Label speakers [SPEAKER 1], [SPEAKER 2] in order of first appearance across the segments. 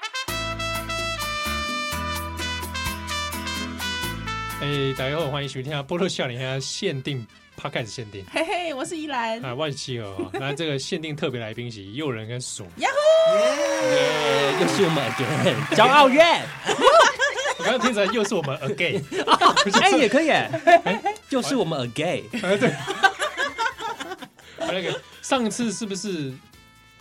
[SPEAKER 1] 嗨，哎大家好，欢迎收听啊，波罗笑脸啊，限定 podcast 限定
[SPEAKER 2] 嘿嘿，我是依兰，
[SPEAKER 1] 啊，万企鹅哦。那这个限定特别来宾是诱人跟怂，
[SPEAKER 3] 耶，又是我们 again，骄傲月，
[SPEAKER 1] 我刚刚听起来又是我们 again，
[SPEAKER 3] 哎，也可以 耶，又是我们 again，
[SPEAKER 1] 啊那个上次是不是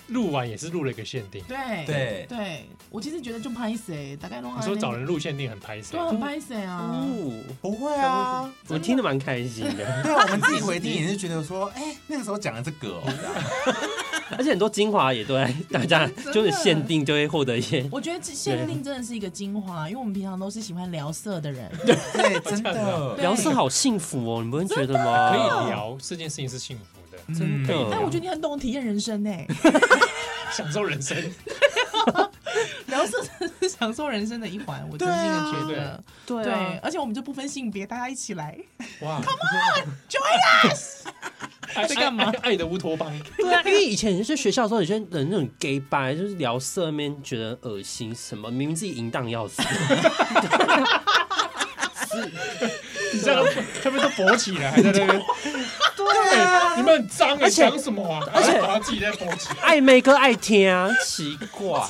[SPEAKER 1] 录完也是录了一个限定？
[SPEAKER 2] 对
[SPEAKER 3] 对
[SPEAKER 2] 对，我其实觉得就拍谁，大概弄
[SPEAKER 1] 你说找人录限定很拍手
[SPEAKER 2] 对，很拍谁啊？
[SPEAKER 3] 哦，
[SPEAKER 4] 不会啊，
[SPEAKER 3] 我听得蛮开心的，
[SPEAKER 4] 对啊，我们自己回听也是觉得说，哎、那个时候讲的这个、哦，
[SPEAKER 3] 而且很多精华也都在大家就是限定就会获得一些，
[SPEAKER 2] 我觉得这限定真的是一个精华，因为我们平常都是喜欢聊色的人，
[SPEAKER 4] 对，真
[SPEAKER 1] 这样子啊
[SPEAKER 4] 的，
[SPEAKER 3] 聊色好幸福哦，你不会觉得
[SPEAKER 1] 可
[SPEAKER 3] 吗？嗯
[SPEAKER 1] 以聊这件事情是幸福的，
[SPEAKER 3] 真的
[SPEAKER 1] 啊
[SPEAKER 2] 哎但我觉得你很懂体验人 生呢，
[SPEAKER 1] 享受人生。
[SPEAKER 2] 聊色是享受人生的一环，我真心的觉得，
[SPEAKER 3] 对
[SPEAKER 2] 对，
[SPEAKER 3] 啊，
[SPEAKER 2] 而且我们就不分性别，大家一起来
[SPEAKER 1] 哇，
[SPEAKER 2] join us，
[SPEAKER 1] 爱
[SPEAKER 2] 在干嘛
[SPEAKER 1] 爱爱爱的乌托邦，
[SPEAKER 3] 对啊，因为以前是学校的时候，有些人那种 gay 吧，就是聊色那边觉得恶心什么，明明自己淫荡要 死，
[SPEAKER 1] 你这样都他们都勃起了，还在那边。对啊，你们很脏哎，
[SPEAKER 3] 而且
[SPEAKER 1] 想什么啊？而且把自己在勃起，
[SPEAKER 3] 爱妹哥爱听啊，奇怪，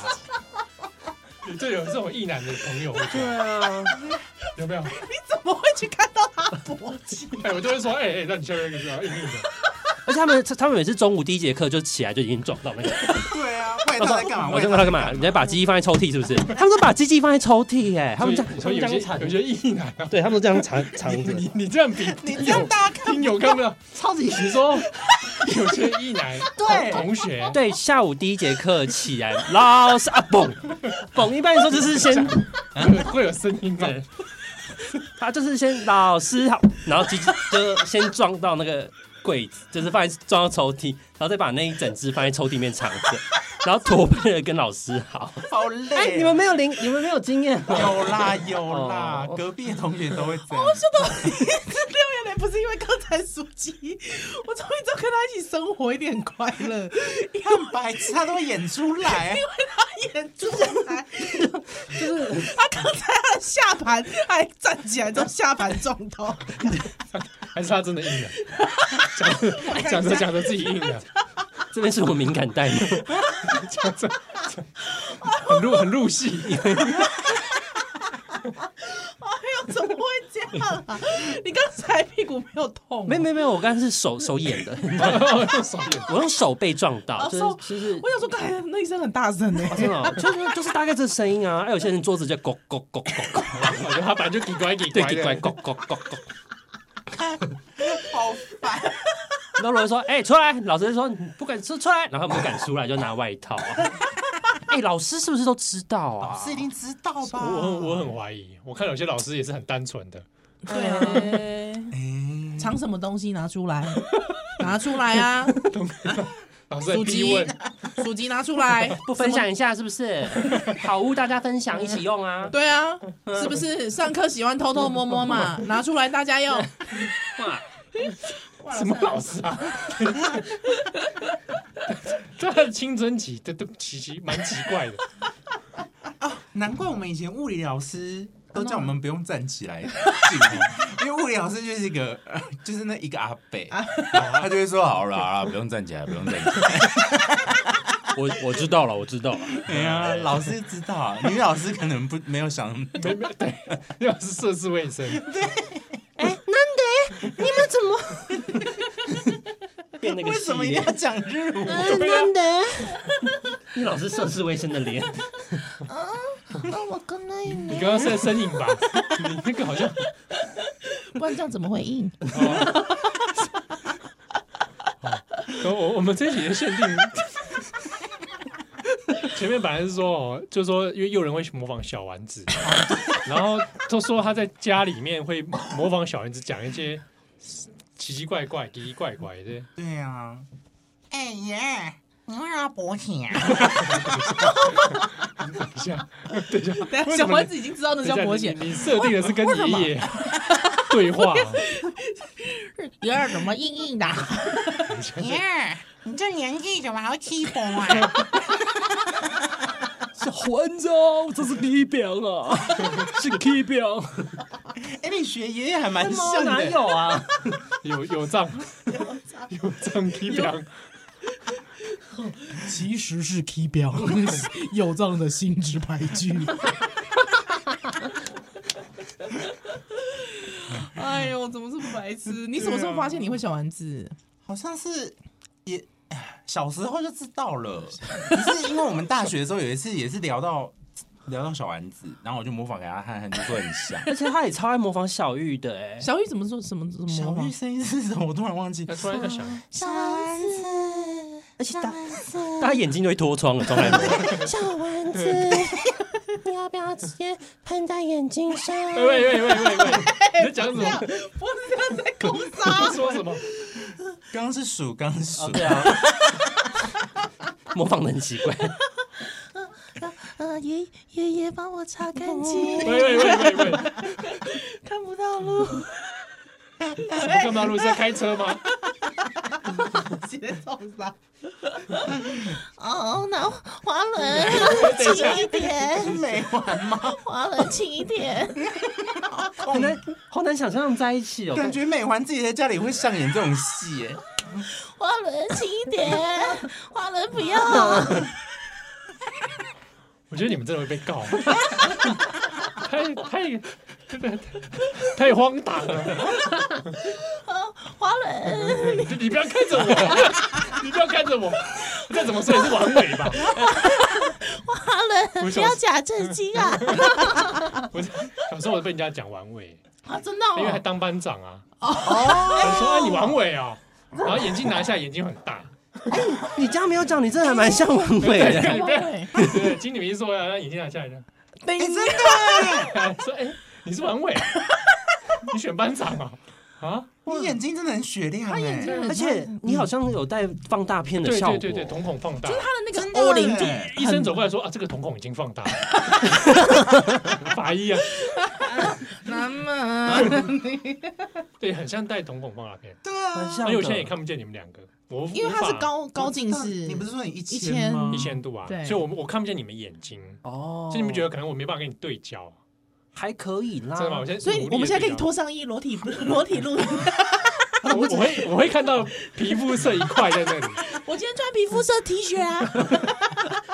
[SPEAKER 1] 你这有这种意男的朋友，我觉
[SPEAKER 3] 对
[SPEAKER 1] 得
[SPEAKER 3] 啊，
[SPEAKER 1] 有没有？
[SPEAKER 2] 你怎么会去看到他 勃起？
[SPEAKER 1] 哎，我就会说，哎哎，那你下面那个是要硬硬的，
[SPEAKER 3] 而且他们他们每次中午第一节课就起来就已经撞到那个。
[SPEAKER 4] 对啊，外套在 干嘛？
[SPEAKER 3] 我
[SPEAKER 4] 外
[SPEAKER 3] 知
[SPEAKER 4] 套
[SPEAKER 3] 道他干嘛？你在把鸡鸡放在抽屉是不是？他们都把鸡鸡放在抽屉哎，他们这
[SPEAKER 1] 所
[SPEAKER 3] 样
[SPEAKER 1] 以，
[SPEAKER 3] 他
[SPEAKER 1] 所以有些有
[SPEAKER 3] 们这样缠，
[SPEAKER 1] 些意男啊，
[SPEAKER 3] 对他们这样 藏藏着，
[SPEAKER 1] 你你这样比
[SPEAKER 2] 你这样大家看
[SPEAKER 1] 听友看不到，
[SPEAKER 3] 超级
[SPEAKER 1] 你说有些意男
[SPEAKER 2] 对啊
[SPEAKER 1] 同学，
[SPEAKER 3] 对。下午第一节课起来，老师啊蹦蹦，一般来说就是 先
[SPEAKER 1] 会会有声音吗？
[SPEAKER 3] 对，他就是先老师好，然后鸡鸡就先撞到那个柜子，就是放在撞到抽屉，然后再把那一整只放在抽屉里面藏着，然后驼背的跟老师好。
[SPEAKER 4] 好累、
[SPEAKER 3] 哎，你们没有零，你们没有经验哦。
[SPEAKER 4] 有啦有啦，
[SPEAKER 3] 哦
[SPEAKER 4] 隔壁的同学都会这样。
[SPEAKER 2] 掉眼泪不是因为刚才熟记，我终于都跟他一起生活，一点快乐，因为
[SPEAKER 4] 很白痴，他都会演出 来，
[SPEAKER 2] 他演出来，就是他刚才他的下盘还站起来，之后下盘撞到，哎
[SPEAKER 1] 还是他真的 硬的？讲着讲着讲着自己硬的，
[SPEAKER 2] 哎
[SPEAKER 3] 这边是我敏感带吗？
[SPEAKER 1] 讲着很入很入戏，
[SPEAKER 2] 哎呦，怎么会这样啊？你刚才屁股没有痛、啊
[SPEAKER 3] 没。没没有，我刚刚是手手演的。
[SPEAKER 1] 用手演。
[SPEAKER 3] 我用手被撞到，
[SPEAKER 2] 哦
[SPEAKER 3] 就
[SPEAKER 2] 手
[SPEAKER 3] 是就是
[SPEAKER 2] 我，想说，刚才那一声很大声呢、欸
[SPEAKER 3] 真 的哦就是就是大概这声音啊。哎，有些人桌子就咕咕咕咕咕，
[SPEAKER 1] 我觉得他本来就奇怪奇
[SPEAKER 3] 对，
[SPEAKER 1] 怪
[SPEAKER 3] 奇怪
[SPEAKER 1] 的，
[SPEAKER 3] 咕咕咕咕。
[SPEAKER 4] 好烦。
[SPEAKER 3] 然后老师说：“哎，出来！”老师就说：“你不敢出出来。”然后他们不敢出来，就拿外套啊。 哎，老师是不是都知道
[SPEAKER 4] 老
[SPEAKER 3] 啊？
[SPEAKER 4] 师一定知道吧？
[SPEAKER 1] 我很我很怀疑，我看有些老师也是很单纯的，
[SPEAKER 2] 对啊，
[SPEAKER 4] 哎
[SPEAKER 2] 藏什么东西拿出来，拿出来啊！
[SPEAKER 1] 老师在
[SPEAKER 2] 属
[SPEAKER 1] 逼
[SPEAKER 2] 鸡
[SPEAKER 1] 问，，
[SPEAKER 2] 属鸡拿出来，
[SPEAKER 3] 不分享一下是不 是？好物大家分享，一起用啊！
[SPEAKER 2] 对啊，是不是上课喜欢偷偷摸摸嘛？拿出来大家用。
[SPEAKER 3] 哇
[SPEAKER 1] 什么老师啊？这很青春期，这都奇奇蛮奇怪的。
[SPEAKER 4] 难怪我们以前物理老师都叫我们不用站起 来敬礼，因为物理老师就是一个，呃就是那一个阿 伯，他就会说好了好了，不用站起来，不用站起来。
[SPEAKER 3] 我我知道了，我知道了。
[SPEAKER 4] 哎呀，老师知道，女老师可能不没有想那么多
[SPEAKER 1] 没没对，要是涉世未深，
[SPEAKER 3] 变那个
[SPEAKER 4] 为什么一定要讲日文？
[SPEAKER 3] 难得？你老师涉世未深的 脸，
[SPEAKER 1] 你刚刚是在呻吟吧？你那个好像
[SPEAKER 2] 不然这样怎么会硬？
[SPEAKER 1] 哦，哦我我们这一集的限定，前面本来是说哦，就说因为有人会模仿小丸子，然后都说他在家里面会模仿小丸子讲一些奇奇怪怪、奇奇怪怪的。
[SPEAKER 4] 对啊，
[SPEAKER 5] 哎呀，你为啥勃起啊？
[SPEAKER 1] 等一下，等一下，为
[SPEAKER 2] 等下
[SPEAKER 1] 什
[SPEAKER 2] 啊小
[SPEAKER 1] 么
[SPEAKER 2] 丸子已经知道那
[SPEAKER 1] 你
[SPEAKER 2] 叫勃起
[SPEAKER 1] 等一下，你你设定的是跟爷爷 对话，
[SPEAKER 2] 有点什么硬硬的啊，
[SPEAKER 5] 爷，你这年纪怎么还会踢崩啊？
[SPEAKER 3] 是还招，这是 K 表 啊，是 K 表，
[SPEAKER 4] 哎，你学爷爷还蛮像
[SPEAKER 3] 哪
[SPEAKER 4] 的，
[SPEAKER 3] 有啊？
[SPEAKER 1] 有有账，有账批表，
[SPEAKER 6] 其实是 K 表有这样的性质排句，
[SPEAKER 2] 哎呦，怎么这么 白痴？你
[SPEAKER 1] 啊
[SPEAKER 2] 什么时候发现你会小丸子？
[SPEAKER 4] 好像是也哎小时候就知道了。可是因为我们大学的时候有一次也 是聊到聊到小丸子，然后我就模仿给他看，他就说很 像。
[SPEAKER 3] 而且他也超爱模仿小玉的哎、
[SPEAKER 2] 小玉怎么说什么怎么
[SPEAKER 4] 小
[SPEAKER 2] 模
[SPEAKER 4] 玉
[SPEAKER 2] 仿？
[SPEAKER 4] 声音是什么？我突然忘记
[SPEAKER 1] 那。突然在想，
[SPEAKER 5] 小丸子，
[SPEAKER 3] 而且他
[SPEAKER 5] 子，
[SPEAKER 3] 他眼睛就会脱窗了，从来没有。
[SPEAKER 5] 小丸子，你要不要直接喷在眼睛 上？
[SPEAKER 1] 喂喂喂喂喂喂，你在讲什
[SPEAKER 2] 这样
[SPEAKER 1] 么？
[SPEAKER 2] 哎不是这样在攻
[SPEAKER 1] 他
[SPEAKER 2] 杀，
[SPEAKER 1] 说什么？
[SPEAKER 4] 刚刚是鼠，刚刚是鼠。
[SPEAKER 3] 对啊，模仿的很奇怪。
[SPEAKER 5] 呃，爷爷爷帮我擦干净，
[SPEAKER 1] 喂喂喂喂 喂，
[SPEAKER 5] 看不到路。
[SPEAKER 1] 什么干嘛？路在开车吗？
[SPEAKER 2] 哎直接冲杀。
[SPEAKER 5] 哦，那滑轮
[SPEAKER 1] 等一下
[SPEAKER 5] 轻一点，没完吗？滑轮轻一点，
[SPEAKER 3] 很难，好难想象他们在一起哦。
[SPEAKER 4] 感觉美环自己在家里会上演这种戏 耶，
[SPEAKER 5] 滑轮轻一 点，滑轮不要。 哦
[SPEAKER 1] 我觉得你们真的会被告， 太太太太荒唐了！
[SPEAKER 5] 滑轮，
[SPEAKER 1] 你你不要看着我， 你不要看着我，再怎么说也是王伟吧？
[SPEAKER 5] 滑轮，不要假正经啊！
[SPEAKER 1] 我小时候我被人家讲王伟，
[SPEAKER 2] 啊，真的
[SPEAKER 1] 因为还
[SPEAKER 2] 哦，
[SPEAKER 1] 当班长啊。哦，我说啊，你王伟哦，然后眼镜拿下，眼睛很大。
[SPEAKER 3] 你这样没有讲，你真的还蛮像王伟的。
[SPEAKER 1] 你不要对，经理们一说要让眼睛拿下来，
[SPEAKER 2] 等一下，
[SPEAKER 1] 说哎，你是王伟啊，你选班长啊？啊，
[SPEAKER 4] 你眼睛真的很雪亮哎，
[SPEAKER 3] 而且你好像有带放大片的
[SPEAKER 1] 对
[SPEAKER 3] 效果，
[SPEAKER 1] 对对对，瞳孔放
[SPEAKER 5] 嗯
[SPEAKER 1] 大。
[SPEAKER 2] 他的那
[SPEAKER 4] 真
[SPEAKER 2] 个
[SPEAKER 4] 的
[SPEAKER 5] 哦
[SPEAKER 2] 欧林
[SPEAKER 4] 耶
[SPEAKER 2] 就
[SPEAKER 1] 医生走过来说啊，这个瞳孔已经放大了。 法医啊，
[SPEAKER 2] 难嘛，
[SPEAKER 1] 对，很像戴瞳孔放大片，
[SPEAKER 4] 对啊，
[SPEAKER 3] 蛮像
[SPEAKER 1] 因
[SPEAKER 3] 的。
[SPEAKER 1] 为我现在也看不见你们两个，我
[SPEAKER 2] 因为他是高高近
[SPEAKER 4] 我知
[SPEAKER 2] 视，
[SPEAKER 4] 道你不是说你一
[SPEAKER 2] 千
[SPEAKER 4] 吗？
[SPEAKER 1] 一千度啊，
[SPEAKER 2] 对
[SPEAKER 1] 所以我我看不见你们眼睛，
[SPEAKER 3] 哦，
[SPEAKER 1] 所以你们觉得可能我没办法跟你对焦，
[SPEAKER 3] 还可以啦？
[SPEAKER 1] 真的吗？我现在
[SPEAKER 2] 所以我们现在给你脱上衣，裸体裸体录音。
[SPEAKER 1] 我我会我会看到皮肤色一块在那里，
[SPEAKER 5] 我今天穿皮肤色 T 恤 啊，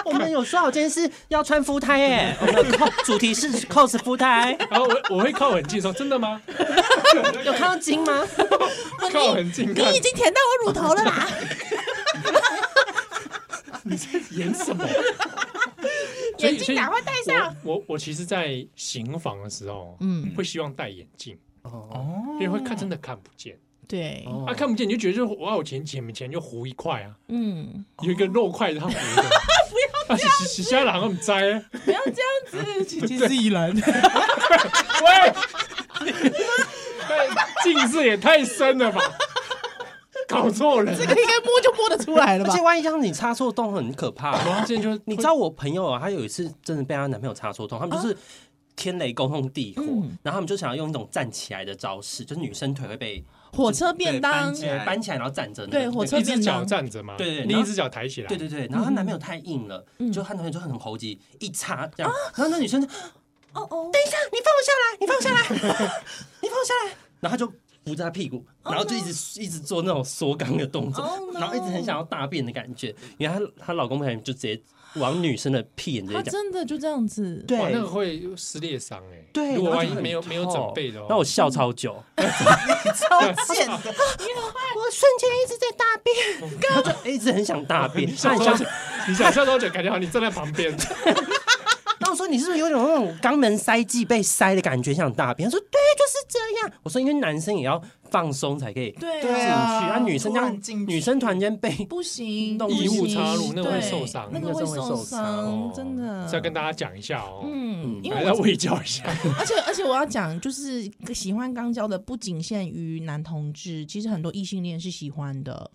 [SPEAKER 3] 我们有说好今天是要穿夫胎耶，我们有 cos- 主题是 cos 夫胎，
[SPEAKER 1] 然后我我会靠很近说真的吗？
[SPEAKER 3] 有看到金吗？
[SPEAKER 1] 靠很近
[SPEAKER 5] 你
[SPEAKER 1] 看
[SPEAKER 5] 已经舔到我乳头了啦！
[SPEAKER 1] 演什么？所以
[SPEAKER 5] 眼镜哪会戴上？
[SPEAKER 1] 我我我其实，在行房的时候，
[SPEAKER 2] 嗯，
[SPEAKER 1] 会希望戴眼镜，
[SPEAKER 3] 哦，
[SPEAKER 4] 哦
[SPEAKER 1] 因为会看真的看不见。
[SPEAKER 2] 对，
[SPEAKER 1] 啊，看不见你就觉得就是哇，我前前面前就糊一块啊，
[SPEAKER 2] 嗯，
[SPEAKER 1] 有一个肉块是它糊的。不要这样子，洗下来好像很栽欸。
[SPEAKER 2] 不要这样子，姐姐
[SPEAKER 6] 是依然
[SPEAKER 1] 喂，哎近视也太深了吧？搞错人。
[SPEAKER 2] 这个应该摸就摸得出来了
[SPEAKER 3] 而
[SPEAKER 2] 吧
[SPEAKER 3] 且？万一让你插错洞很可怕。
[SPEAKER 1] 然后之前就
[SPEAKER 3] 你知道我朋友啊，她有一次真的被她男朋友插错洞，他们就是天雷勾动地火，
[SPEAKER 2] 嗯
[SPEAKER 3] 然后他们就想要用一种站起来的招式，就是女生腿会被
[SPEAKER 2] 火车便当
[SPEAKER 4] 对搬，起
[SPEAKER 3] 呃
[SPEAKER 4] 来
[SPEAKER 3] 搬起来，然后站着那个、
[SPEAKER 2] 对火车
[SPEAKER 1] 一
[SPEAKER 2] 便当
[SPEAKER 1] 只脚站着嘛，
[SPEAKER 3] 对对对
[SPEAKER 1] 另一只脚抬起来。
[SPEAKER 3] 对对对，然后她男朋友太硬了，就她男朋友就很猴急，一插这样，然后那女生就，
[SPEAKER 5] 哦哦，
[SPEAKER 3] 等一下，你放我下来，你放我下来， 你放我下来，然后她就扶着她屁股，然后就一直一直做那种缩肛的动作
[SPEAKER 5] Oh no
[SPEAKER 3] 然后一直很想要大便的感觉，因为她她老公不小心就直接往女生的屁眼直接
[SPEAKER 2] 他
[SPEAKER 3] 讲，
[SPEAKER 2] 真的就这样子，
[SPEAKER 3] 对
[SPEAKER 1] 哇，那个会撕裂伤哎。
[SPEAKER 3] 对，
[SPEAKER 1] 如果
[SPEAKER 3] 然后
[SPEAKER 1] 万
[SPEAKER 3] 就
[SPEAKER 1] 一
[SPEAKER 3] 很
[SPEAKER 1] 没有没有准
[SPEAKER 3] 痛
[SPEAKER 1] 备的话，
[SPEAKER 3] 那我笑超久，
[SPEAKER 4] 超贱的，
[SPEAKER 5] 我瞬间一直在大便。
[SPEAKER 3] 他就一直很想大便，
[SPEAKER 1] 你
[SPEAKER 3] 他
[SPEAKER 1] 想
[SPEAKER 3] 很
[SPEAKER 1] 多
[SPEAKER 3] 想
[SPEAKER 1] 久？ 你想笑多久？感觉好，像你站在旁边。
[SPEAKER 3] 那我说你是不是有种那种肛门塞剂被塞的感觉，想大便？他说对，就是这样。我说因为男生也要放松才可以进去，
[SPEAKER 2] 对
[SPEAKER 4] 对
[SPEAKER 2] 啊，
[SPEAKER 3] 啊，女生这
[SPEAKER 4] 突然
[SPEAKER 3] 样
[SPEAKER 4] 进，去
[SPEAKER 3] 女生突然间被
[SPEAKER 2] 不行，
[SPEAKER 3] 弄
[SPEAKER 1] 异物插入
[SPEAKER 2] 不行
[SPEAKER 1] 那个会
[SPEAKER 2] 对
[SPEAKER 1] 受伤
[SPEAKER 2] 那个
[SPEAKER 3] 那
[SPEAKER 2] 会
[SPEAKER 3] 个真的会
[SPEAKER 2] 受
[SPEAKER 3] 受
[SPEAKER 2] 伤，
[SPEAKER 1] 哦
[SPEAKER 2] 真的
[SPEAKER 1] 是要跟大家讲一下哦，
[SPEAKER 2] 嗯，因
[SPEAKER 1] 还
[SPEAKER 2] 为
[SPEAKER 1] 要
[SPEAKER 2] 我
[SPEAKER 1] 喂教 一下。
[SPEAKER 2] 而且而且我要讲，就是喜欢肛交的不仅限于男同志，其实很多异性恋是喜欢的，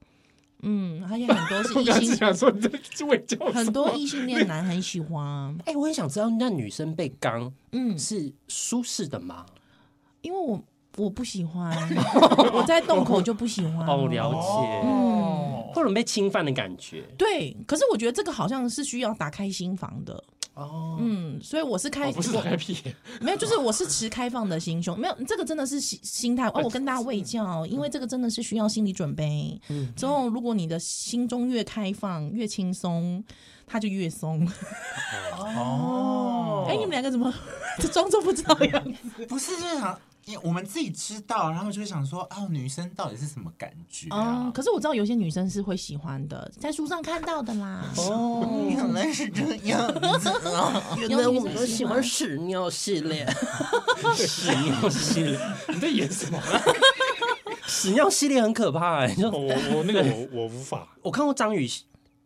[SPEAKER 2] 嗯，而且很多是
[SPEAKER 1] 我刚
[SPEAKER 2] 异
[SPEAKER 1] 只
[SPEAKER 2] 性，
[SPEAKER 1] 想说你这喂教什么
[SPEAKER 2] 很多异性恋男很喜欢，啊
[SPEAKER 3] 哎、我也想知道那女生被肛
[SPEAKER 2] 嗯，
[SPEAKER 3] 是舒适的吗？
[SPEAKER 2] 因为我我不喜欢， 我在洞口就不喜欢，啊
[SPEAKER 3] 哦，了解，
[SPEAKER 2] 嗯，
[SPEAKER 3] 或者被侵犯的感觉。
[SPEAKER 2] 对，可是我觉得这个好像是需要打开心房的，
[SPEAKER 4] 哦，
[SPEAKER 2] 嗯，所以我是开，
[SPEAKER 1] 哦不是
[SPEAKER 2] 我
[SPEAKER 1] 开屁 眼，
[SPEAKER 2] 没有，就是我是持开放的心胸，没有这个真的是心心态。哦，我跟大家喂教，因为这个真的是需要心理准备。之后，如果你的心中越开放、越轻松，它就越松。
[SPEAKER 4] 哦
[SPEAKER 2] 哎、你们两个怎么就装作不知道一样？
[SPEAKER 4] 不是就是想，因为我们自己知道，然后就会想说，哦，女生到底是什么感觉
[SPEAKER 2] 嗯，
[SPEAKER 4] 啊？
[SPEAKER 2] 可是我知道有些女生是会喜欢的，在书上看到的啦。
[SPEAKER 4] 哦，原来是这样子啊！
[SPEAKER 3] 原
[SPEAKER 2] 来我们都喜欢
[SPEAKER 3] 屎尿系列， 屎尿系列，
[SPEAKER 1] 你在演什么？
[SPEAKER 3] 屎尿系列很可怕哎、就
[SPEAKER 1] 我 我那个 我我无法。
[SPEAKER 3] 我看过章鱼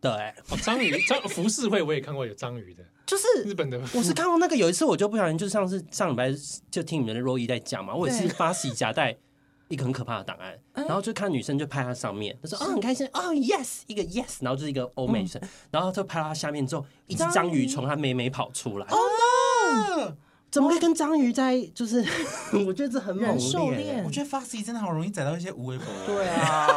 [SPEAKER 3] 的哎、
[SPEAKER 1] 哦，章鱼章浮世绘我也看过有章鱼的，
[SPEAKER 3] 就是
[SPEAKER 1] 日本的。
[SPEAKER 3] 我是看过那个有一次，我就不小心，就上次上礼拜就听你们的若依在讲嘛，我也是
[SPEAKER 2] 对
[SPEAKER 3] 发洗夹带一个很可怕的档案，然后就看女生就拍她上面，她说哦很开心哦 yes 一个 yes，然后就是一个欧美女生，然后就拍到她下面之后，一只章嗯鱼哦从她美美跑出来，怎么可以跟章鱼在就是 我觉得这很猛
[SPEAKER 2] 人兽
[SPEAKER 3] 烈，欸
[SPEAKER 2] 恋
[SPEAKER 4] 我，觉得 Foxy 真的好容易载到一些无微博。
[SPEAKER 3] 对啊，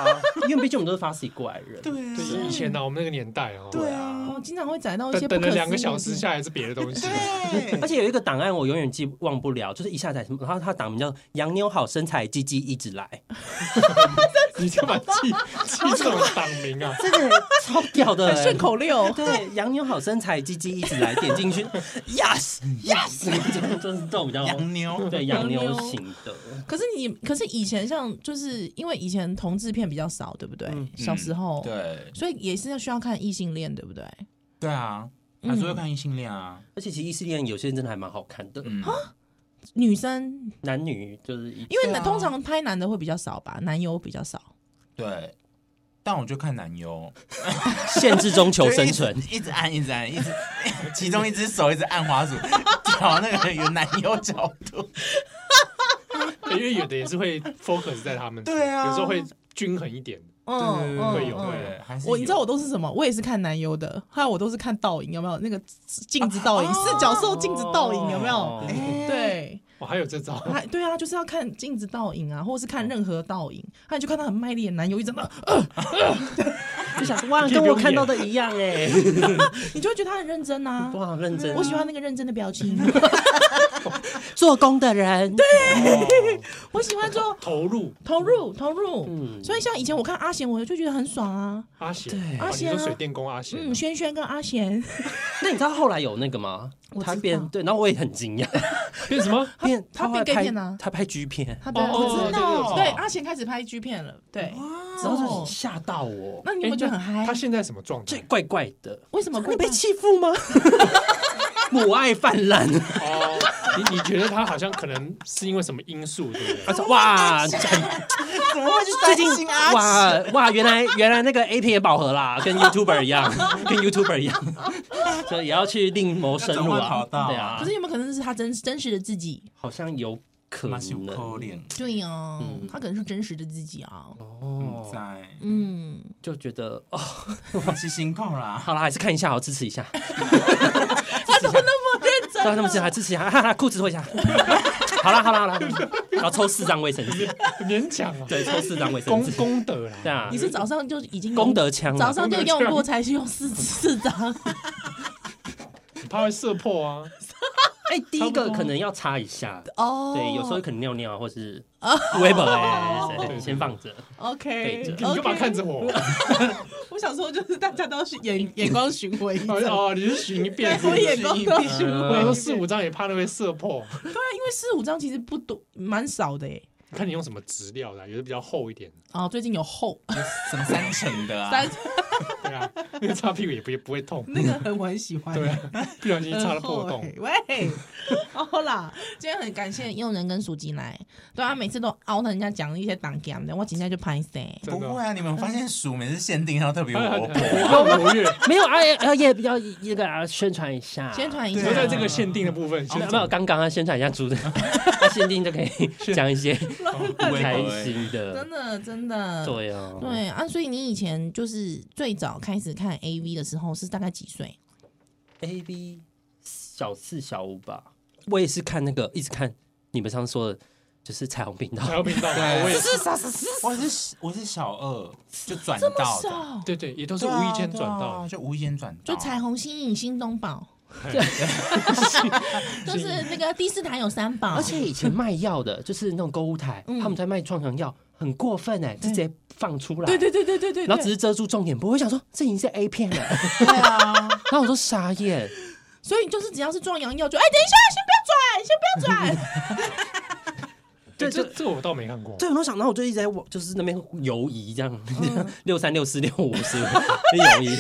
[SPEAKER 3] 因为毕竟我们都是发洗过来人，
[SPEAKER 4] 对
[SPEAKER 1] 对
[SPEAKER 4] 啊，
[SPEAKER 1] 以前呢，我们那个年代哦，
[SPEAKER 4] 对啊，
[SPEAKER 2] 哦，经常会载到一些
[SPEAKER 1] 等等
[SPEAKER 2] 不可思
[SPEAKER 1] 了
[SPEAKER 2] 议
[SPEAKER 1] 两个
[SPEAKER 2] 的
[SPEAKER 1] 小时
[SPEAKER 2] 地
[SPEAKER 1] 下来是别的东西，
[SPEAKER 2] 啊
[SPEAKER 4] 对，
[SPEAKER 3] 啊而且有一个档案我永远记忘不了，就是一下载什么，然后它档名叫“洋妞好身材，鸡鸡一直来
[SPEAKER 1] 你干嘛 记记这种党名啊”，？
[SPEAKER 3] 这个超屌的、
[SPEAKER 2] 方，
[SPEAKER 3] 欸，
[SPEAKER 2] 顺口溜。
[SPEAKER 3] 对，洋妞好身材，鸡鸡一直来，点进去，yes yes，真的真是逗比较
[SPEAKER 4] 洋妞，
[SPEAKER 3] 对洋妞型的，
[SPEAKER 2] 可是你，可是以前像就是因为以前同志片比较少，对不对？小
[SPEAKER 4] 嗯
[SPEAKER 1] 嗯
[SPEAKER 2] 时候，
[SPEAKER 4] 对
[SPEAKER 2] 所以也是要需要看异性恋，对不对？
[SPEAKER 4] 对啊，还是会看异性恋啊。
[SPEAKER 3] 而且其实异性恋有些人真的还蛮好看的，
[SPEAKER 4] 嗯，
[SPEAKER 2] 女生，
[SPEAKER 3] 男女就是一
[SPEAKER 2] 因为呢
[SPEAKER 4] 对啊
[SPEAKER 2] 通常拍男的会比较少吧，男优比较少。
[SPEAKER 4] 对。但我就看男优，
[SPEAKER 3] 限制中求生存
[SPEAKER 4] 就。一直一直按，一直按，一直，其中一只手一直按滑鼠， 调那个有男优角度。
[SPEAKER 1] 因为有的也是 会 focus 在他们，
[SPEAKER 4] 对啊
[SPEAKER 1] 有时候会均衡一点。
[SPEAKER 2] 嗯，嗯
[SPEAKER 1] 会有
[SPEAKER 2] 嗯
[SPEAKER 1] 对
[SPEAKER 4] 还是
[SPEAKER 2] 我你知道
[SPEAKER 4] 有
[SPEAKER 2] 我都是什么？我也是看男优的，还有我都是看倒影，有没有那个镜子倒影，四角兽镜子倒影有没哎有？
[SPEAKER 3] 哦
[SPEAKER 2] 对，
[SPEAKER 1] 我还有这招，
[SPEAKER 2] 还对啊，就是要看镜子倒影啊，或者是看任何倒影，还有就看他很卖力的男优一直那，呃，
[SPEAKER 3] 就想说哇，跟我看到的一样 哎，
[SPEAKER 2] 你就会觉得他很认真啊。
[SPEAKER 3] 哇，认真，
[SPEAKER 2] 我喜欢那个认真的表情，
[SPEAKER 3] 做工的人，对，
[SPEAKER 2] 我喜欢做
[SPEAKER 1] 投入
[SPEAKER 2] 投入投入。
[SPEAKER 3] 嗯，
[SPEAKER 2] 所以像以前我看阿贤，我就觉得很爽啊。
[SPEAKER 1] 阿贤，
[SPEAKER 3] 对
[SPEAKER 1] 哦
[SPEAKER 2] 阿贤啊
[SPEAKER 1] 你说水电工阿贤，
[SPEAKER 2] 嗯，轩轩跟阿贤，
[SPEAKER 3] 那你知道后来有那个吗
[SPEAKER 2] 我？知道
[SPEAKER 3] 他变对，然后我也很惊讶，
[SPEAKER 1] 变什么？
[SPEAKER 3] 变
[SPEAKER 2] 他
[SPEAKER 3] 后来
[SPEAKER 2] 变 gay
[SPEAKER 3] 拍
[SPEAKER 2] 片啊
[SPEAKER 3] 他拍 G 片，
[SPEAKER 2] 他的
[SPEAKER 1] 哦哦
[SPEAKER 2] 啊我知道，
[SPEAKER 4] 哦
[SPEAKER 2] 对，阿贤开始拍 G 片了，对。
[SPEAKER 3] 然后就吓到我，
[SPEAKER 2] 哦那你们觉得很嗨
[SPEAKER 1] 哎他？现在什么状
[SPEAKER 3] 这
[SPEAKER 1] 态？
[SPEAKER 3] 怪怪的，
[SPEAKER 2] 为什么会
[SPEAKER 3] 会被欺 负吗？母爱泛滥，
[SPEAKER 1] 哦，你你觉得他好像可能是因为什么因素，对不
[SPEAKER 3] 他
[SPEAKER 1] 对？
[SPEAKER 3] 说哇，
[SPEAKER 4] 怎么会去
[SPEAKER 3] 最
[SPEAKER 4] 担
[SPEAKER 3] 近
[SPEAKER 4] 心阿
[SPEAKER 3] 哇
[SPEAKER 4] 奇？
[SPEAKER 3] 哇，原来原来那个 A 片也饱和啦，跟 YouTuber 一 样，跟 YouTuber 一样，所以也要去另谋生路
[SPEAKER 4] 要转换
[SPEAKER 3] 啊
[SPEAKER 4] 跑，道啊
[SPEAKER 3] 对啊
[SPEAKER 2] 可，是有没有可能是他真真实的自己？
[SPEAKER 3] 好像有可
[SPEAKER 4] 马
[SPEAKER 3] 能
[SPEAKER 4] 修可怜，
[SPEAKER 2] 对呀、
[SPEAKER 3] 嗯
[SPEAKER 2] 他可能是真实的自己啊。
[SPEAKER 4] 不
[SPEAKER 3] 哦，
[SPEAKER 4] 在，
[SPEAKER 2] 嗯，
[SPEAKER 3] 就觉得哦，
[SPEAKER 4] 是辛苦啦。
[SPEAKER 3] 好啦，还是看一下，好支持一下，
[SPEAKER 2] 他怎么那么认
[SPEAKER 3] 对，啊
[SPEAKER 2] 真？啊
[SPEAKER 3] 他们支持，还支持一下，哈哈，裤子脱一下，好啦好啦好啦，好啦然后抽四张卫生纸，
[SPEAKER 1] 勉强啊，
[SPEAKER 3] 对，抽四张卫生
[SPEAKER 1] 功
[SPEAKER 3] 纸，
[SPEAKER 1] 功德啦，
[SPEAKER 3] 对啊
[SPEAKER 2] 你，是早上就已经
[SPEAKER 3] 功德枪啊，
[SPEAKER 2] 早上就用过，才用四 四张。
[SPEAKER 1] 怕会射破啊。
[SPEAKER 3] 哎，第一
[SPEAKER 1] 差不
[SPEAKER 3] 个
[SPEAKER 1] 多
[SPEAKER 3] 可能要擦一下，
[SPEAKER 2] 哦，
[SPEAKER 3] 对，有时候可能尿尿啊或是微博
[SPEAKER 2] 哦
[SPEAKER 3] 哎，先放着。
[SPEAKER 2] OK，
[SPEAKER 3] 对着
[SPEAKER 1] 你干嘛看着我？
[SPEAKER 2] 我想说，就是大家都是眼眼光巡回一下。
[SPEAKER 1] 哦，你是寻一遍，
[SPEAKER 2] 我眼光都
[SPEAKER 1] 我
[SPEAKER 2] 巡
[SPEAKER 1] 想
[SPEAKER 2] 回
[SPEAKER 1] 说
[SPEAKER 2] 一
[SPEAKER 1] 四
[SPEAKER 2] 遍，
[SPEAKER 1] 五张也怕那被射破。
[SPEAKER 2] 对啊，因为四五张其实不多，蛮少的耶。
[SPEAKER 1] 看你用什么质料的啊，有的比较厚一点，
[SPEAKER 2] 哦，最近有厚
[SPEAKER 4] 什么三成的啊？
[SPEAKER 2] 三，
[SPEAKER 1] 对啊，那个擦屁股也不不会痛，
[SPEAKER 2] 那个很我很喜欢。
[SPEAKER 1] 对啊，不小心擦了破洞
[SPEAKER 2] 很。厚欸喂，好啦，今天很感谢用人跟属鸡来，对啊，每次都凹到人家讲一些挡 game 的，我今天就拍谁？
[SPEAKER 1] 真
[SPEAKER 4] 不
[SPEAKER 1] 的哦
[SPEAKER 4] 会啊，你们发现鼠每次限定它特别
[SPEAKER 1] 很
[SPEAKER 4] 活
[SPEAKER 1] 很
[SPEAKER 4] 泼，
[SPEAKER 1] 很活跃，
[SPEAKER 3] 没有啊，要也要那个啊宣传一下，
[SPEAKER 2] 宣传一
[SPEAKER 1] 你
[SPEAKER 2] 下，
[SPEAKER 1] 说啊在这个限定的部分，
[SPEAKER 3] 没
[SPEAKER 1] 先
[SPEAKER 3] 有没有，刚刚啊宣传一下猪的， 他限定就可以讲一些
[SPEAKER 4] 不会
[SPEAKER 3] 开心的
[SPEAKER 2] 真，的真的。
[SPEAKER 3] 对啊，
[SPEAKER 2] 对啊，所以你以前就是最早开始看 A V 的时候是大概几岁？
[SPEAKER 3] ，A B 小四小五吧，我也是看那个一直看你们上次说的，就是彩虹频道，
[SPEAKER 1] 才要频道，
[SPEAKER 4] 对
[SPEAKER 1] 我也是，
[SPEAKER 4] 我是我是小二就转到的，
[SPEAKER 2] 少，
[SPEAKER 1] 对对，也都是
[SPEAKER 4] 对
[SPEAKER 1] 无
[SPEAKER 4] 啊
[SPEAKER 1] 意间转
[SPEAKER 4] 对
[SPEAKER 1] 到
[SPEAKER 4] 啊
[SPEAKER 1] 的，
[SPEAKER 3] 哦
[SPEAKER 4] 就无意间转 到，
[SPEAKER 2] 就彩虹吸引、新东宝，就是那个第四台有三宝，
[SPEAKER 3] 而且以前卖药的，就是那种购物台，
[SPEAKER 2] 嗯
[SPEAKER 3] 他们在卖壮阳药，很过分哎，就直接放出来，
[SPEAKER 2] 对对对对对对，
[SPEAKER 3] 然后只是遮住重点部，我想说这已经是 A 片了，
[SPEAKER 2] 对啊，
[SPEAKER 3] 然后我说傻眼，
[SPEAKER 2] 所以就是只要是壮阳药，就哎、等一下，先不要转，先不要转。
[SPEAKER 1] 对，
[SPEAKER 3] 对
[SPEAKER 1] 这
[SPEAKER 3] 就
[SPEAKER 1] 这我倒没看过。
[SPEAKER 3] 对，然后想，然后我就一直在往就是那边游移这样，六三六四六五是 游移，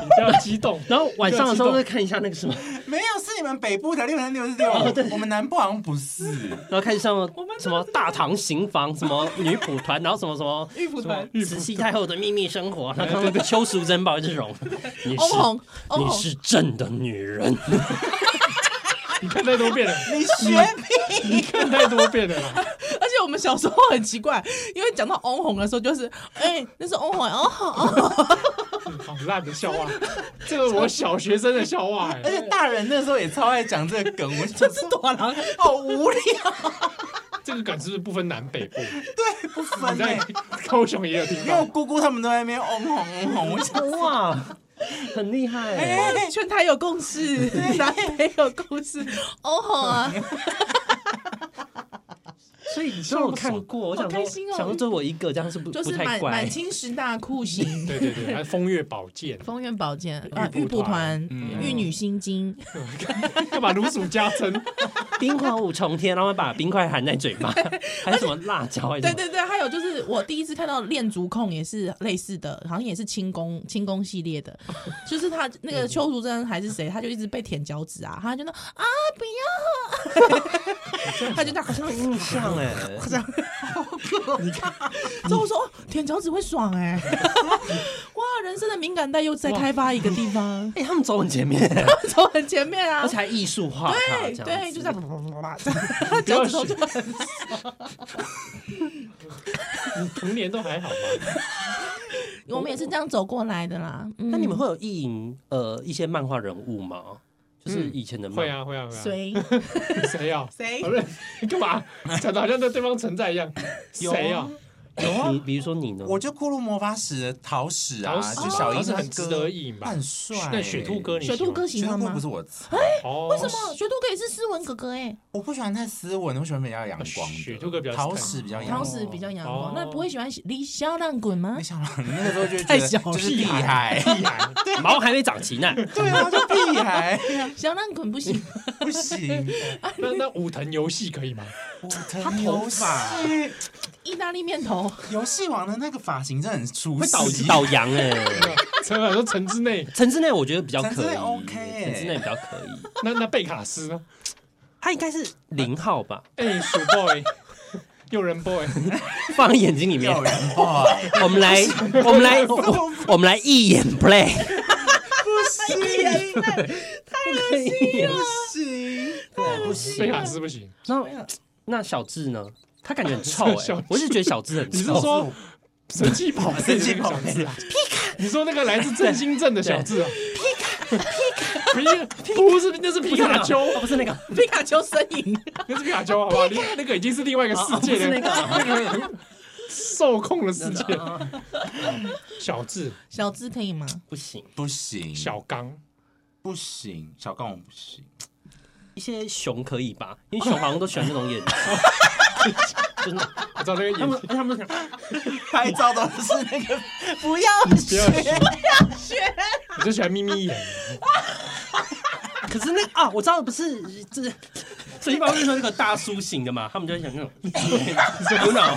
[SPEAKER 1] 你不要激动，
[SPEAKER 3] 然后晚上的时候再看一下那个什么，
[SPEAKER 4] 没有，是你们北部的六三六十六，
[SPEAKER 2] 哦
[SPEAKER 4] 我们南部好像不是。
[SPEAKER 3] 然后开始上什么大唐刑房，什么女仆团，然后什么什么
[SPEAKER 2] 玉蒲 团，
[SPEAKER 3] 慈禧太后的秘密生活，然后邱淑贞抱这 种，你
[SPEAKER 2] 欧
[SPEAKER 3] 是
[SPEAKER 2] 红，欧
[SPEAKER 3] 你
[SPEAKER 2] 红，
[SPEAKER 3] 是正的女人，
[SPEAKER 1] 你看太多遍了，
[SPEAKER 4] 你学
[SPEAKER 1] 你看太多遍了啦。
[SPEAKER 2] 而且我们小时候很奇怪，因为讲到欧红的时候，就是哎、那是哦欧红，欧红，欧红
[SPEAKER 1] 好烂的笑话，这个我小学生的笑话哎、
[SPEAKER 4] 而且大人那时候也超爱讲这个梗，我就
[SPEAKER 2] 就是朵狼。
[SPEAKER 4] 好无聊，
[SPEAKER 1] 这个梗是不是不分南北部？
[SPEAKER 4] 不
[SPEAKER 1] 你
[SPEAKER 4] 分
[SPEAKER 1] 在
[SPEAKER 4] 哎。
[SPEAKER 1] 高雄也有听
[SPEAKER 4] 因为我
[SPEAKER 1] 到，
[SPEAKER 4] 姑姑他们都在那边嗯嗡红嗡红，我想
[SPEAKER 3] 哇，很厉害欸。
[SPEAKER 2] 全台有共识，南北有共识，欧红啊，
[SPEAKER 3] 所以虽然我看过，我想
[SPEAKER 2] 好
[SPEAKER 3] 说，
[SPEAKER 2] 开心哦
[SPEAKER 3] 想说就我一个，这样是不
[SPEAKER 2] 就
[SPEAKER 3] 不
[SPEAKER 2] 是
[SPEAKER 3] 太
[SPEAKER 2] 满
[SPEAKER 3] 怪
[SPEAKER 2] 满。清十大酷 刑。
[SPEAKER 1] 对对对，还风月宝 剑，
[SPEAKER 2] 风月宝剑啊，
[SPEAKER 1] 玉
[SPEAKER 2] 玉
[SPEAKER 1] 蒲
[SPEAKER 2] 蒲
[SPEAKER 1] 团
[SPEAKER 2] 团、
[SPEAKER 3] 嗯
[SPEAKER 2] 玉女心经，
[SPEAKER 1] 干嘛如数家珍？
[SPEAKER 3] 冰火五重天，然后把冰块含在嘴 巴，还有什么辣椒？还是
[SPEAKER 2] 对
[SPEAKER 3] 什么
[SPEAKER 2] 对对，还有就是我第一次看到恋足控也是类似的，好像也是轻功轻功系列 的，就是他那个邱淑贞还是谁，他就一直被舔脚趾啊，他就那啊不 要，他就那好像
[SPEAKER 3] 有印象哎，
[SPEAKER 2] 之后我说哦舔脚趾会爽哎、 哇，人生的敏感带又在开发一个地方，
[SPEAKER 3] 哎，他们走很前面，
[SPEAKER 2] 走很前面啊
[SPEAKER 3] 而且。还艺术化它，
[SPEAKER 2] 对
[SPEAKER 3] 这样
[SPEAKER 2] 对，
[SPEAKER 3] 子
[SPEAKER 2] 就这样，他
[SPEAKER 1] 不要
[SPEAKER 2] 脚趾头就很
[SPEAKER 1] 你童年都还好吗？
[SPEAKER 2] 我们也是这样走过来的 啦。嗯
[SPEAKER 3] 那你们会有意淫呃一些漫画人物吗？就是以前的漫
[SPEAKER 1] 会，啊会啊会啊！
[SPEAKER 2] 谁
[SPEAKER 1] 谁啊？
[SPEAKER 2] 谁
[SPEAKER 1] 好嘞你干嘛？讲的好像对对方存在一样。
[SPEAKER 3] 有啊
[SPEAKER 1] 谁啊？
[SPEAKER 3] 你比如说你呢？
[SPEAKER 4] 我就《骷髅魔法使》的桃史啊，
[SPEAKER 1] 桃史
[SPEAKER 4] 就小
[SPEAKER 1] 桃
[SPEAKER 4] 樱
[SPEAKER 1] 史
[SPEAKER 4] 那
[SPEAKER 1] 很
[SPEAKER 4] 个
[SPEAKER 1] 值得一吧
[SPEAKER 4] 他很帅。
[SPEAKER 1] 那雪兔哥，你
[SPEAKER 2] 雪
[SPEAKER 1] 喜
[SPEAKER 2] 兔
[SPEAKER 1] 欢
[SPEAKER 2] 哥
[SPEAKER 1] 吗
[SPEAKER 2] 喜
[SPEAKER 4] 雪兔
[SPEAKER 2] 欢
[SPEAKER 4] 哥
[SPEAKER 2] 吗
[SPEAKER 4] 不？是我菜，
[SPEAKER 1] 哦，
[SPEAKER 2] 为什么雪兔哥也是斯文哥哥哎、
[SPEAKER 5] 欸
[SPEAKER 4] 我不喜欢太斯文的，我喜欢比较阳光的。
[SPEAKER 1] 雪兔哥比较
[SPEAKER 4] 桃史比较阳
[SPEAKER 2] 当
[SPEAKER 4] 光。
[SPEAKER 2] 时比较阳
[SPEAKER 1] 哦
[SPEAKER 2] 光，那不会喜欢李小浪滚吗
[SPEAKER 4] 你？想嘛，你那个时候就觉得
[SPEAKER 6] 太小
[SPEAKER 4] 就是屁孩，
[SPEAKER 1] 厉害？
[SPEAKER 3] 毛还没长齐 呢，
[SPEAKER 4] 对啊，就屁孩，
[SPEAKER 2] 小浪滚不 行，
[SPEAKER 4] 不行。
[SPEAKER 1] 那那武藤游戏可以吗？
[SPEAKER 4] 我的游戏
[SPEAKER 2] 意大利面头，
[SPEAKER 4] 游戏王的那个发型真的很出
[SPEAKER 3] 会
[SPEAKER 4] 戏，
[SPEAKER 3] 倒 倒羊哎。
[SPEAKER 1] 陈老说城之内，
[SPEAKER 3] 陈之内我觉得比较
[SPEAKER 4] 陈之
[SPEAKER 3] 可以
[SPEAKER 4] 内 OK 欸
[SPEAKER 3] 陈之内比较可 以，
[SPEAKER 1] 那那贝卡斯呢？
[SPEAKER 3] 他应该是零号吧，
[SPEAKER 1] 哎，鼠 boy，诱人 boy，
[SPEAKER 3] 放在眼睛里面
[SPEAKER 4] 有。人吧？
[SPEAKER 3] 我们来，我们来，我我们来一眼 play，
[SPEAKER 4] 不行，不行。
[SPEAKER 3] 不
[SPEAKER 1] 贝
[SPEAKER 3] 行。
[SPEAKER 1] 卡斯不行。
[SPEAKER 3] 那那小智呢？他感觉很臭哎、
[SPEAKER 1] 小智
[SPEAKER 3] 我是觉得小智很
[SPEAKER 1] 你是
[SPEAKER 3] 臭。
[SPEAKER 1] 说神奇宝贝？
[SPEAKER 4] 神奇宝贝
[SPEAKER 1] 啊， 你说那个来自真心镇的小智啊？皮卡，皮卡， 不是，那是皮卡丘，
[SPEAKER 3] 哦不是那个，
[SPEAKER 2] 皮卡丘身影，
[SPEAKER 1] 那是皮卡丘，好吧？你那个已经是另外一个世界了，
[SPEAKER 3] 哦不是那个啊
[SPEAKER 1] 个很 受控的世界。小智、
[SPEAKER 2] 小智可以吗？
[SPEAKER 3] 不行。
[SPEAKER 4] 不行，
[SPEAKER 1] 小刚，
[SPEAKER 4] 不行，小刚我不行。
[SPEAKER 3] 一些熊可以吧？因为熊好像都喜欢那种眼 睛，就是那
[SPEAKER 1] 我知道那个
[SPEAKER 3] 他们
[SPEAKER 1] 眼
[SPEAKER 3] 他们
[SPEAKER 4] 拍照都是那个，
[SPEAKER 2] 不要
[SPEAKER 1] 不要学，
[SPEAKER 3] 啊
[SPEAKER 1] 我就喜欢眯眯眼。
[SPEAKER 3] 可是那个啊，我知道不是这，所以一般会说那个大叔型的嘛，他们就会想那种有脑，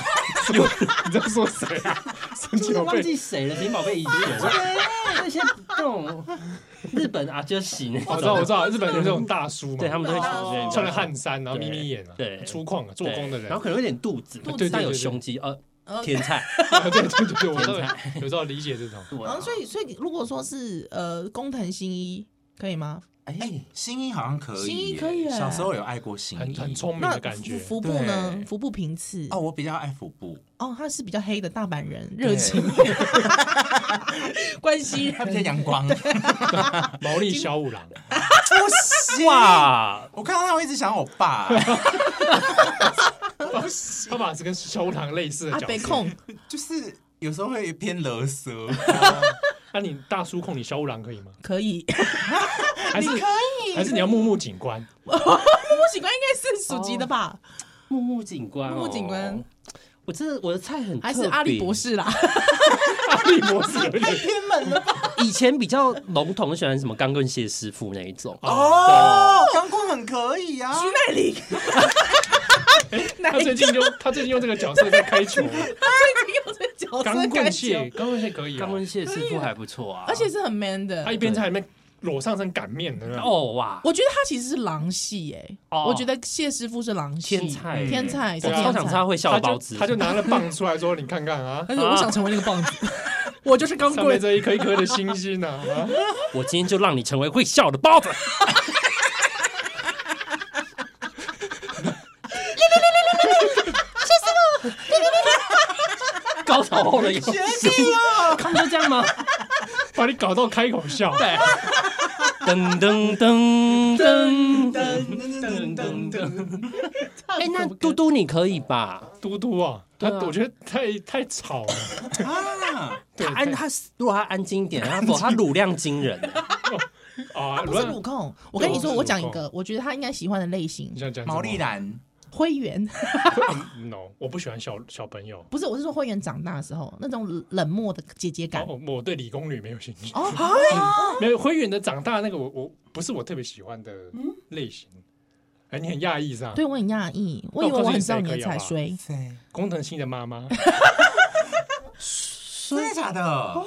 [SPEAKER 1] 你在说谁啊？ 神
[SPEAKER 3] 就
[SPEAKER 1] 奇
[SPEAKER 3] 是
[SPEAKER 1] 宝
[SPEAKER 3] 忘
[SPEAKER 1] 贝
[SPEAKER 3] 记谁了，林宝贝已经有那些这种日本啊就行，
[SPEAKER 1] 我哦知道，我知道，日本有这种大叔嘛，
[SPEAKER 3] 对他们都会喜欢
[SPEAKER 1] 穿了汗衫，然后眯
[SPEAKER 3] 对
[SPEAKER 1] 眯眼啊，
[SPEAKER 3] 对
[SPEAKER 1] 粗犷啊，做工的人，
[SPEAKER 3] 然后可能有点肚子，
[SPEAKER 1] 子
[SPEAKER 3] 但有胸肌，呃，天菜，
[SPEAKER 1] 啊 对对对对，我知道，有时候理解这 种。
[SPEAKER 2] 然后所以所以如果说是呃工藤新一可以吗？
[SPEAKER 4] 哎，新一好像可以耶，
[SPEAKER 2] 新一可以耶啊
[SPEAKER 4] 小时候有爱过新
[SPEAKER 1] 很
[SPEAKER 4] 一，
[SPEAKER 1] 很聪明
[SPEAKER 2] 那
[SPEAKER 1] 的感觉
[SPEAKER 2] 服。服部呢
[SPEAKER 4] 对？
[SPEAKER 2] 服部平次
[SPEAKER 4] 哦，我比较爱服部，
[SPEAKER 2] 哦，他是比较黑的大阪人，热 情关系
[SPEAKER 4] 他比
[SPEAKER 2] 人
[SPEAKER 4] 较阳光。不
[SPEAKER 1] 毛利小五 郎，
[SPEAKER 4] 行，
[SPEAKER 3] 哇，
[SPEAKER 4] 我看到他我一直想我爸，
[SPEAKER 1] 他爸是跟
[SPEAKER 2] 啊
[SPEAKER 1] 小五郎类似的
[SPEAKER 2] 阿
[SPEAKER 1] 角
[SPEAKER 2] 北
[SPEAKER 1] 色，
[SPEAKER 2] 控，
[SPEAKER 4] 就是有时候会偏勒索，
[SPEAKER 1] 那你大叔控你小五郎可以吗？
[SPEAKER 2] 可 以，
[SPEAKER 1] 还是可以？还是你要木木警 官？
[SPEAKER 2] 木警官应该是属鸡的
[SPEAKER 3] 哦
[SPEAKER 2] 吧？
[SPEAKER 3] 木木警官、哦
[SPEAKER 2] 木木警官，
[SPEAKER 3] 我真的我的菜很特别
[SPEAKER 2] 还是阿笠博。 士啦？
[SPEAKER 1] 阿笠博士有点
[SPEAKER 2] 偏门了吧？
[SPEAKER 3] 以前比较笼统，喜欢什么钢棍谢师傅那一种。
[SPEAKER 4] 哦，钢棍很可以啊，
[SPEAKER 2] 徐乃麟，
[SPEAKER 1] 他最近就他最近用这个角色在开球，
[SPEAKER 2] 他最近用这角
[SPEAKER 1] 钢
[SPEAKER 2] 色
[SPEAKER 1] 棍
[SPEAKER 2] 感
[SPEAKER 1] 蟹，
[SPEAKER 2] 觉，
[SPEAKER 1] 钢棍蟹可以啊
[SPEAKER 3] 钢。棍谢师傅还不错啊，
[SPEAKER 2] 而且是很 man 的
[SPEAKER 1] 他。一边在里面裸上身擀面的那种，
[SPEAKER 3] 哦哇，
[SPEAKER 2] 我觉得他其实是狼系哎、
[SPEAKER 3] 哦
[SPEAKER 2] 我觉得谢师傅是狼系
[SPEAKER 3] 天才
[SPEAKER 2] 嗯天才是
[SPEAKER 1] 对
[SPEAKER 3] 我
[SPEAKER 1] 啊
[SPEAKER 2] 天
[SPEAKER 3] 超想吃他
[SPEAKER 2] 才。
[SPEAKER 3] 会笑
[SPEAKER 1] 他
[SPEAKER 3] 的包
[SPEAKER 1] 就
[SPEAKER 3] 子，
[SPEAKER 1] 他就拿了棒出来说：“你看看 啊，
[SPEAKER 6] 但是我想成为那个棒子，
[SPEAKER 2] 我就是钢
[SPEAKER 1] 上面
[SPEAKER 2] 棍，
[SPEAKER 1] 这一颗一颗的星星啊，啊
[SPEAKER 3] 我今天就让你成为会笑的包子。 高潮后的有绝技啊！他们就这样吗？
[SPEAKER 1] 把你搞到开口笑。”
[SPEAKER 3] 对，噔噔噔噔噔
[SPEAKER 4] 噔
[SPEAKER 3] 噔噔。哎，那嘟嘟你可以吧？
[SPEAKER 1] 嘟嘟啊，他
[SPEAKER 3] 对啊
[SPEAKER 1] 我觉得太太吵了，
[SPEAKER 4] 啊，
[SPEAKER 1] 对
[SPEAKER 3] 他安
[SPEAKER 1] 太
[SPEAKER 3] 他如果他哎 安静一点，他不他乳量惊人。
[SPEAKER 1] 啊，
[SPEAKER 2] 他不是乳控。我跟你说，我讲一个，我觉得他应该喜欢的类型
[SPEAKER 1] 你，想讲什么
[SPEAKER 4] 毛利兰
[SPEAKER 2] 灰原。
[SPEAKER 1] 嗯？No，我不喜欢小小朋友。
[SPEAKER 2] 不是，我是说灰原长大的时候那种冷漠的姐姐感。
[SPEAKER 1] 哦，我我对理工女没有兴趣。 嗯
[SPEAKER 2] 哦，
[SPEAKER 1] 没有灰原的长大那个我，我不是我特别喜欢的类型。哎，你很讶异是吧？
[SPEAKER 2] 对，我很讶异，我以啊为我很知哦道你的才 衰。
[SPEAKER 4] 谁？
[SPEAKER 1] 工藤新的妈妈，
[SPEAKER 4] 真的假的？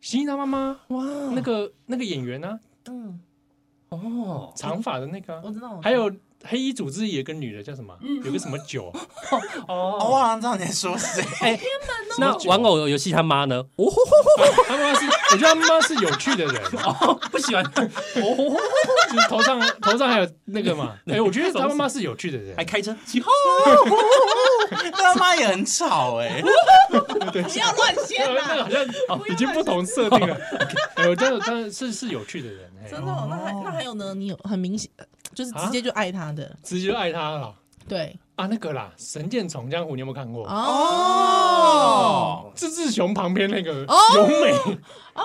[SPEAKER 1] 新的妈妈，哇，那个那个演员啊，
[SPEAKER 2] 嗯，
[SPEAKER 3] 哦，
[SPEAKER 1] 长发的那个啊
[SPEAKER 2] 我，知道。
[SPEAKER 1] 还有黑衣组织也跟女的叫什么？啊有个什么酒？啊
[SPEAKER 4] 哦，我好像知道你在说谁。
[SPEAKER 3] 哎那玩偶游戏他妈 呢？哦，
[SPEAKER 1] 他妈是，我觉得他妈是有趣的人，
[SPEAKER 3] 不喜欢。哦，
[SPEAKER 1] 就是头上头上还有那个嘛。哎，我觉得他妈妈是有趣的人
[SPEAKER 3] 还，开车，
[SPEAKER 4] 他妈也很吵哎、
[SPEAKER 2] 不要乱
[SPEAKER 1] 那
[SPEAKER 2] 掀
[SPEAKER 1] 个哎那个
[SPEAKER 2] 啦！
[SPEAKER 1] 好像已经不同设定了。 哎，我真的真的是是有趣的人，哎
[SPEAKER 2] 真的哦，啊那还那还有呢？你有很明显，呃就是直接就爱他的，
[SPEAKER 1] 直接就爱他了
[SPEAKER 2] 对
[SPEAKER 1] 啊！那个啦，《神剑闯江湖》你有没有看过？
[SPEAKER 2] 哦
[SPEAKER 4] 哦，
[SPEAKER 1] 志志雄旁边那个
[SPEAKER 2] 哦
[SPEAKER 1] 由美哦，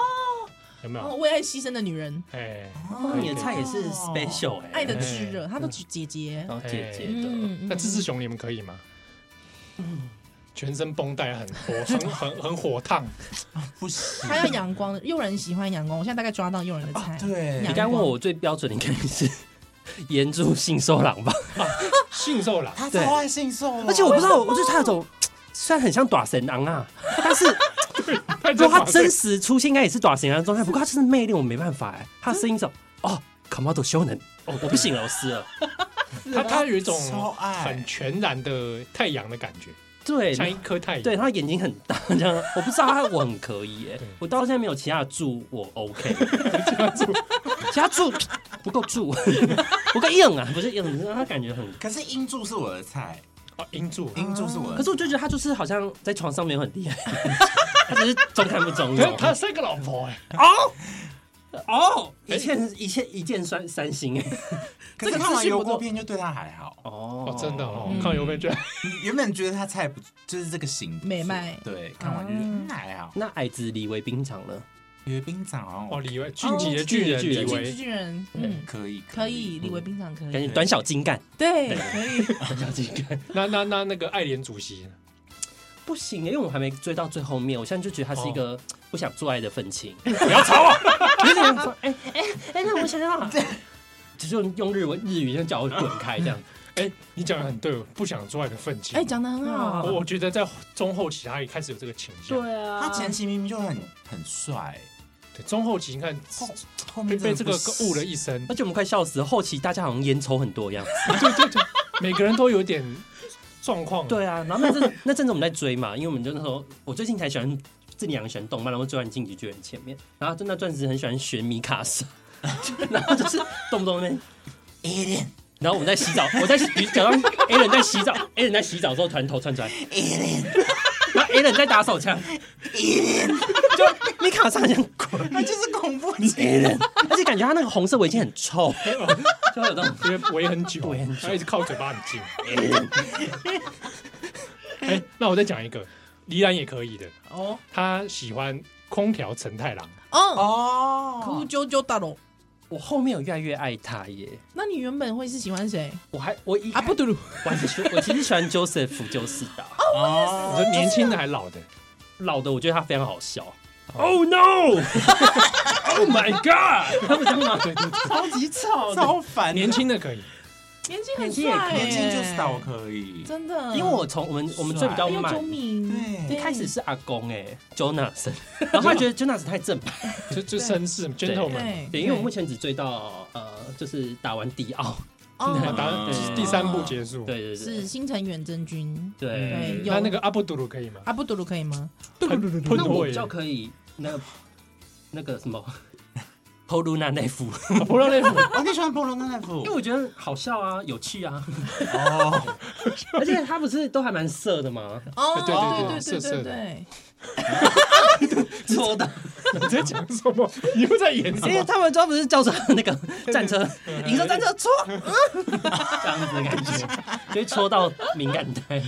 [SPEAKER 1] 有没
[SPEAKER 2] 哦，
[SPEAKER 1] 有？
[SPEAKER 2] 为爱牺牲的女人，
[SPEAKER 1] 哎，
[SPEAKER 3] 哦你的菜也是 special 哎、
[SPEAKER 2] 爱的炙热，她都是姐姐。
[SPEAKER 3] 然后姐姐的，
[SPEAKER 2] 嗯，
[SPEAKER 1] 那志志雄你们可以吗？全身绷带很火，很很很火烫，
[SPEAKER 4] 不行，
[SPEAKER 2] 她要阳光的，诱人喜欢阳光。我现在大概抓到诱人的菜，
[SPEAKER 4] 对
[SPEAKER 3] 你
[SPEAKER 2] 阳
[SPEAKER 3] 刚问我最标准的应该是 岩柱性收郎吧？
[SPEAKER 1] 信受 啦。
[SPEAKER 4] 他超爱信受的，
[SPEAKER 3] 而且我不知道，我对他有种虽然很像短神郎啊，但 是
[SPEAKER 1] 太
[SPEAKER 3] 如果他
[SPEAKER 1] 麻醉
[SPEAKER 3] 真实出现，应该也是短神郎的状态。不过他真的魅力，我没办法哎、他的声音这种哦，卡马多修能哦，我不行了，我撕了。
[SPEAKER 1] 他他有一种
[SPEAKER 4] 超爱
[SPEAKER 1] 很全然的太阳的感觉，
[SPEAKER 3] 对，
[SPEAKER 1] 像一颗太阳。
[SPEAKER 3] 对，他眼睛很大，这 样我不知道他我很可以哎、
[SPEAKER 1] 对
[SPEAKER 3] 我到现在没有其他的柱我 OK，其他柱不够 柱，不够硬啊，不是硬，让他感觉很
[SPEAKER 4] 可是英柱是我的菜，
[SPEAKER 1] 哦，英柱。
[SPEAKER 4] 英柱是我的
[SPEAKER 3] 可是我就觉得他就是好像在床上没有很 厉害，他只是中看不中
[SPEAKER 1] 可是
[SPEAKER 3] 用。
[SPEAKER 1] 他三个老婆哎，
[SPEAKER 3] 哦哦，一箭一箭一箭三三星哎。
[SPEAKER 4] 可是看完油锅片就对他还好。
[SPEAKER 3] 哦
[SPEAKER 1] 哦，真的哦，看有没有觉得
[SPEAKER 4] 原本觉得他菜不就是这个型不错
[SPEAKER 2] 美迈
[SPEAKER 4] 对，看完就觉得嗯还好。
[SPEAKER 3] 那矮子李维冰场呢？
[SPEAKER 4] 以为冰长好
[SPEAKER 1] 哦，
[SPEAKER 4] 像
[SPEAKER 1] 李维俊杰的巨人
[SPEAKER 3] 俊杰
[SPEAKER 1] 李
[SPEAKER 3] 的
[SPEAKER 2] 巨
[SPEAKER 1] 维，
[SPEAKER 2] 巨人，嗯，
[SPEAKER 4] 可以
[SPEAKER 2] 可以，李维冰场可
[SPEAKER 3] 感
[SPEAKER 2] 以，
[SPEAKER 3] 觉短小精干，
[SPEAKER 2] 对，可以。
[SPEAKER 3] 哎 短小精干
[SPEAKER 1] 那那那那个爱莲主席呢，
[SPEAKER 3] 不行，因为我还没追到最后面，我现在就觉得他是一个不想做爱的愤青。
[SPEAKER 1] 哦 不要吵我，
[SPEAKER 3] 就是想说，哎 哎哎，那我想要， 就是用用日文日语就叫我滚开这样。
[SPEAKER 1] 哎，你讲的很对，不想做爱的愤青。
[SPEAKER 2] 哎，讲的很 好，
[SPEAKER 1] 我我觉得在中后期他也开始有这个倾向。
[SPEAKER 3] 啊
[SPEAKER 4] 他前期明明就很很帅，
[SPEAKER 1] 对，中后期你看
[SPEAKER 4] 后后
[SPEAKER 1] 被
[SPEAKER 4] 面
[SPEAKER 1] 被这个误了
[SPEAKER 4] 一
[SPEAKER 1] 一身，
[SPEAKER 3] 而且我们快笑死了，后期大家好像烟抽很多一样。
[SPEAKER 1] 对对对，每个人都有点状况。，
[SPEAKER 3] 对啊，然后那阵 那阵子我们在追嘛，因为我们就那时候我最近才喜欢这两个喜欢动漫，然后追完《进击巨人》前面，然后就那段时间很喜欢学米卡莎， 然后就是动不动那边
[SPEAKER 4] a l i
[SPEAKER 3] 然后我们在洗澡， 我在洗假装 A 人在洗澡，A 人在洗澡之后突然头窜出来，然后 A 人在打手枪，就米卡莎这样滚，
[SPEAKER 4] 他就是恐怖情人，
[SPEAKER 3] 而且感觉他那个红色围巾很臭，就会有那种
[SPEAKER 1] 因为围很久
[SPEAKER 3] 围很，久
[SPEAKER 1] 他一直靠嘴巴很近。哎，那我再讲一个，黎兰也可以的，
[SPEAKER 2] 哦，
[SPEAKER 1] 他喜欢空调陈太郎，
[SPEAKER 2] 哦，哭
[SPEAKER 4] 哦，
[SPEAKER 2] 啾啾大龙。
[SPEAKER 3] 我后面有越来越爱他耶，
[SPEAKER 2] 那你原本会是喜欢谁？
[SPEAKER 3] 我还我一
[SPEAKER 2] 阿布杜鲁，
[SPEAKER 3] 我还是喜我其实喜欢 Joseph 就是的，
[SPEAKER 2] 哦
[SPEAKER 1] 我说年轻的还老的，
[SPEAKER 3] 老的我觉得他非常好笑。Oh no! oh my god! 他们这样对对对
[SPEAKER 4] 超级吵，超烦。
[SPEAKER 1] 年轻的可以，
[SPEAKER 2] 年轻很
[SPEAKER 3] 年轻也
[SPEAKER 2] 帅
[SPEAKER 3] 可
[SPEAKER 2] 耶，
[SPEAKER 4] 年轻就是到可以，
[SPEAKER 2] 真的，
[SPEAKER 3] 因为我从我们我们最比较
[SPEAKER 2] 因为
[SPEAKER 3] 慢
[SPEAKER 2] 周，敏
[SPEAKER 4] 对
[SPEAKER 3] 一开始是阿公哎、Jonathan，然后他觉得 Jonathan 太正派，
[SPEAKER 1] 就就绅士 gentleman，
[SPEAKER 2] 对，
[SPEAKER 3] 对，因为我目前只追到呃，就是打完迪奥，
[SPEAKER 1] 打
[SPEAKER 2] 哦
[SPEAKER 1] 完
[SPEAKER 3] 对
[SPEAKER 1] 第三部结束。
[SPEAKER 3] 对对
[SPEAKER 2] 是
[SPEAKER 3] 对
[SPEAKER 2] 星辰远征军，
[SPEAKER 3] 对，
[SPEAKER 1] 嗯
[SPEAKER 2] 对有
[SPEAKER 1] 那那个阿布杜鲁可以吗？
[SPEAKER 2] 阿布杜鲁可以吗？
[SPEAKER 1] 很喷
[SPEAKER 3] 那我比
[SPEAKER 1] 火
[SPEAKER 3] 较可以那个那个什么 偷露娜内夫，
[SPEAKER 1] 不让那部
[SPEAKER 4] 哦，你喜欢蓬龙跟奈夫
[SPEAKER 3] 因为？我觉得好笑啊，有趣啊，
[SPEAKER 4] 哦，
[SPEAKER 3] 而且他不是都还蛮色的 吗？
[SPEAKER 2] 哦，
[SPEAKER 1] 对对对
[SPEAKER 2] 对
[SPEAKER 1] 色色
[SPEAKER 2] 对
[SPEAKER 1] 的
[SPEAKER 2] 对，
[SPEAKER 3] 说的，
[SPEAKER 1] 你在讲什么？你又在演什
[SPEAKER 3] 因为
[SPEAKER 1] 么？
[SPEAKER 3] 他们专不是叫上那个战车，银色战车戳，嗯这样子的感觉，就会戳到敏感 带。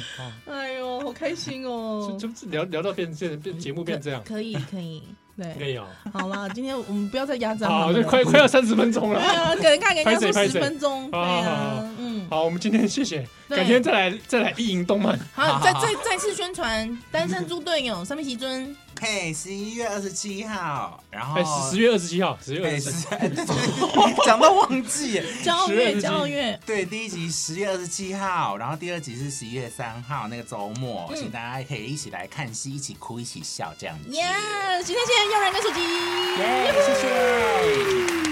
[SPEAKER 2] 哎呦，好开心哦
[SPEAKER 1] 就就聊聊到变变变节目变这样，
[SPEAKER 2] 可以可以，
[SPEAKER 1] 可
[SPEAKER 2] 对，
[SPEAKER 1] 以哦。
[SPEAKER 2] 好了，今天我们不要再压榨他
[SPEAKER 1] 好，
[SPEAKER 2] 们
[SPEAKER 1] 就
[SPEAKER 2] 了
[SPEAKER 1] 快快要三十分钟了。
[SPEAKER 2] 哎呀，给看给人
[SPEAKER 1] 拍谁
[SPEAKER 2] 家说
[SPEAKER 1] 拍
[SPEAKER 2] 十
[SPEAKER 1] 谁
[SPEAKER 2] 分钟，对
[SPEAKER 1] 好好
[SPEAKER 2] 啊
[SPEAKER 1] 好，
[SPEAKER 2] 嗯，
[SPEAKER 1] 好，我们今天谢谢，
[SPEAKER 2] 对
[SPEAKER 1] 改天再来再来意淫动漫。
[SPEAKER 2] 好，再再再次宣传《单身猪队友》上面奇尊，
[SPEAKER 4] 嘿，十一月二十七号，然后
[SPEAKER 1] 哎，
[SPEAKER 2] 哦
[SPEAKER 1] 十十月二十七号，十月二
[SPEAKER 4] 对，
[SPEAKER 1] 十
[SPEAKER 4] 是
[SPEAKER 1] 七，
[SPEAKER 4] 讲到忘记耶。
[SPEAKER 2] 教
[SPEAKER 1] 哎十月
[SPEAKER 2] 月
[SPEAKER 1] 之
[SPEAKER 2] 教月，
[SPEAKER 4] 对，第一集十月二十七号，然后第二集是十一月三号那个周末，
[SPEAKER 2] 嗯
[SPEAKER 4] 请大家可以一起来看戏，一起哭，一起笑这样子。
[SPEAKER 2] 耶！今天谢谢耀然跟手机。
[SPEAKER 4] 耶，谢谢。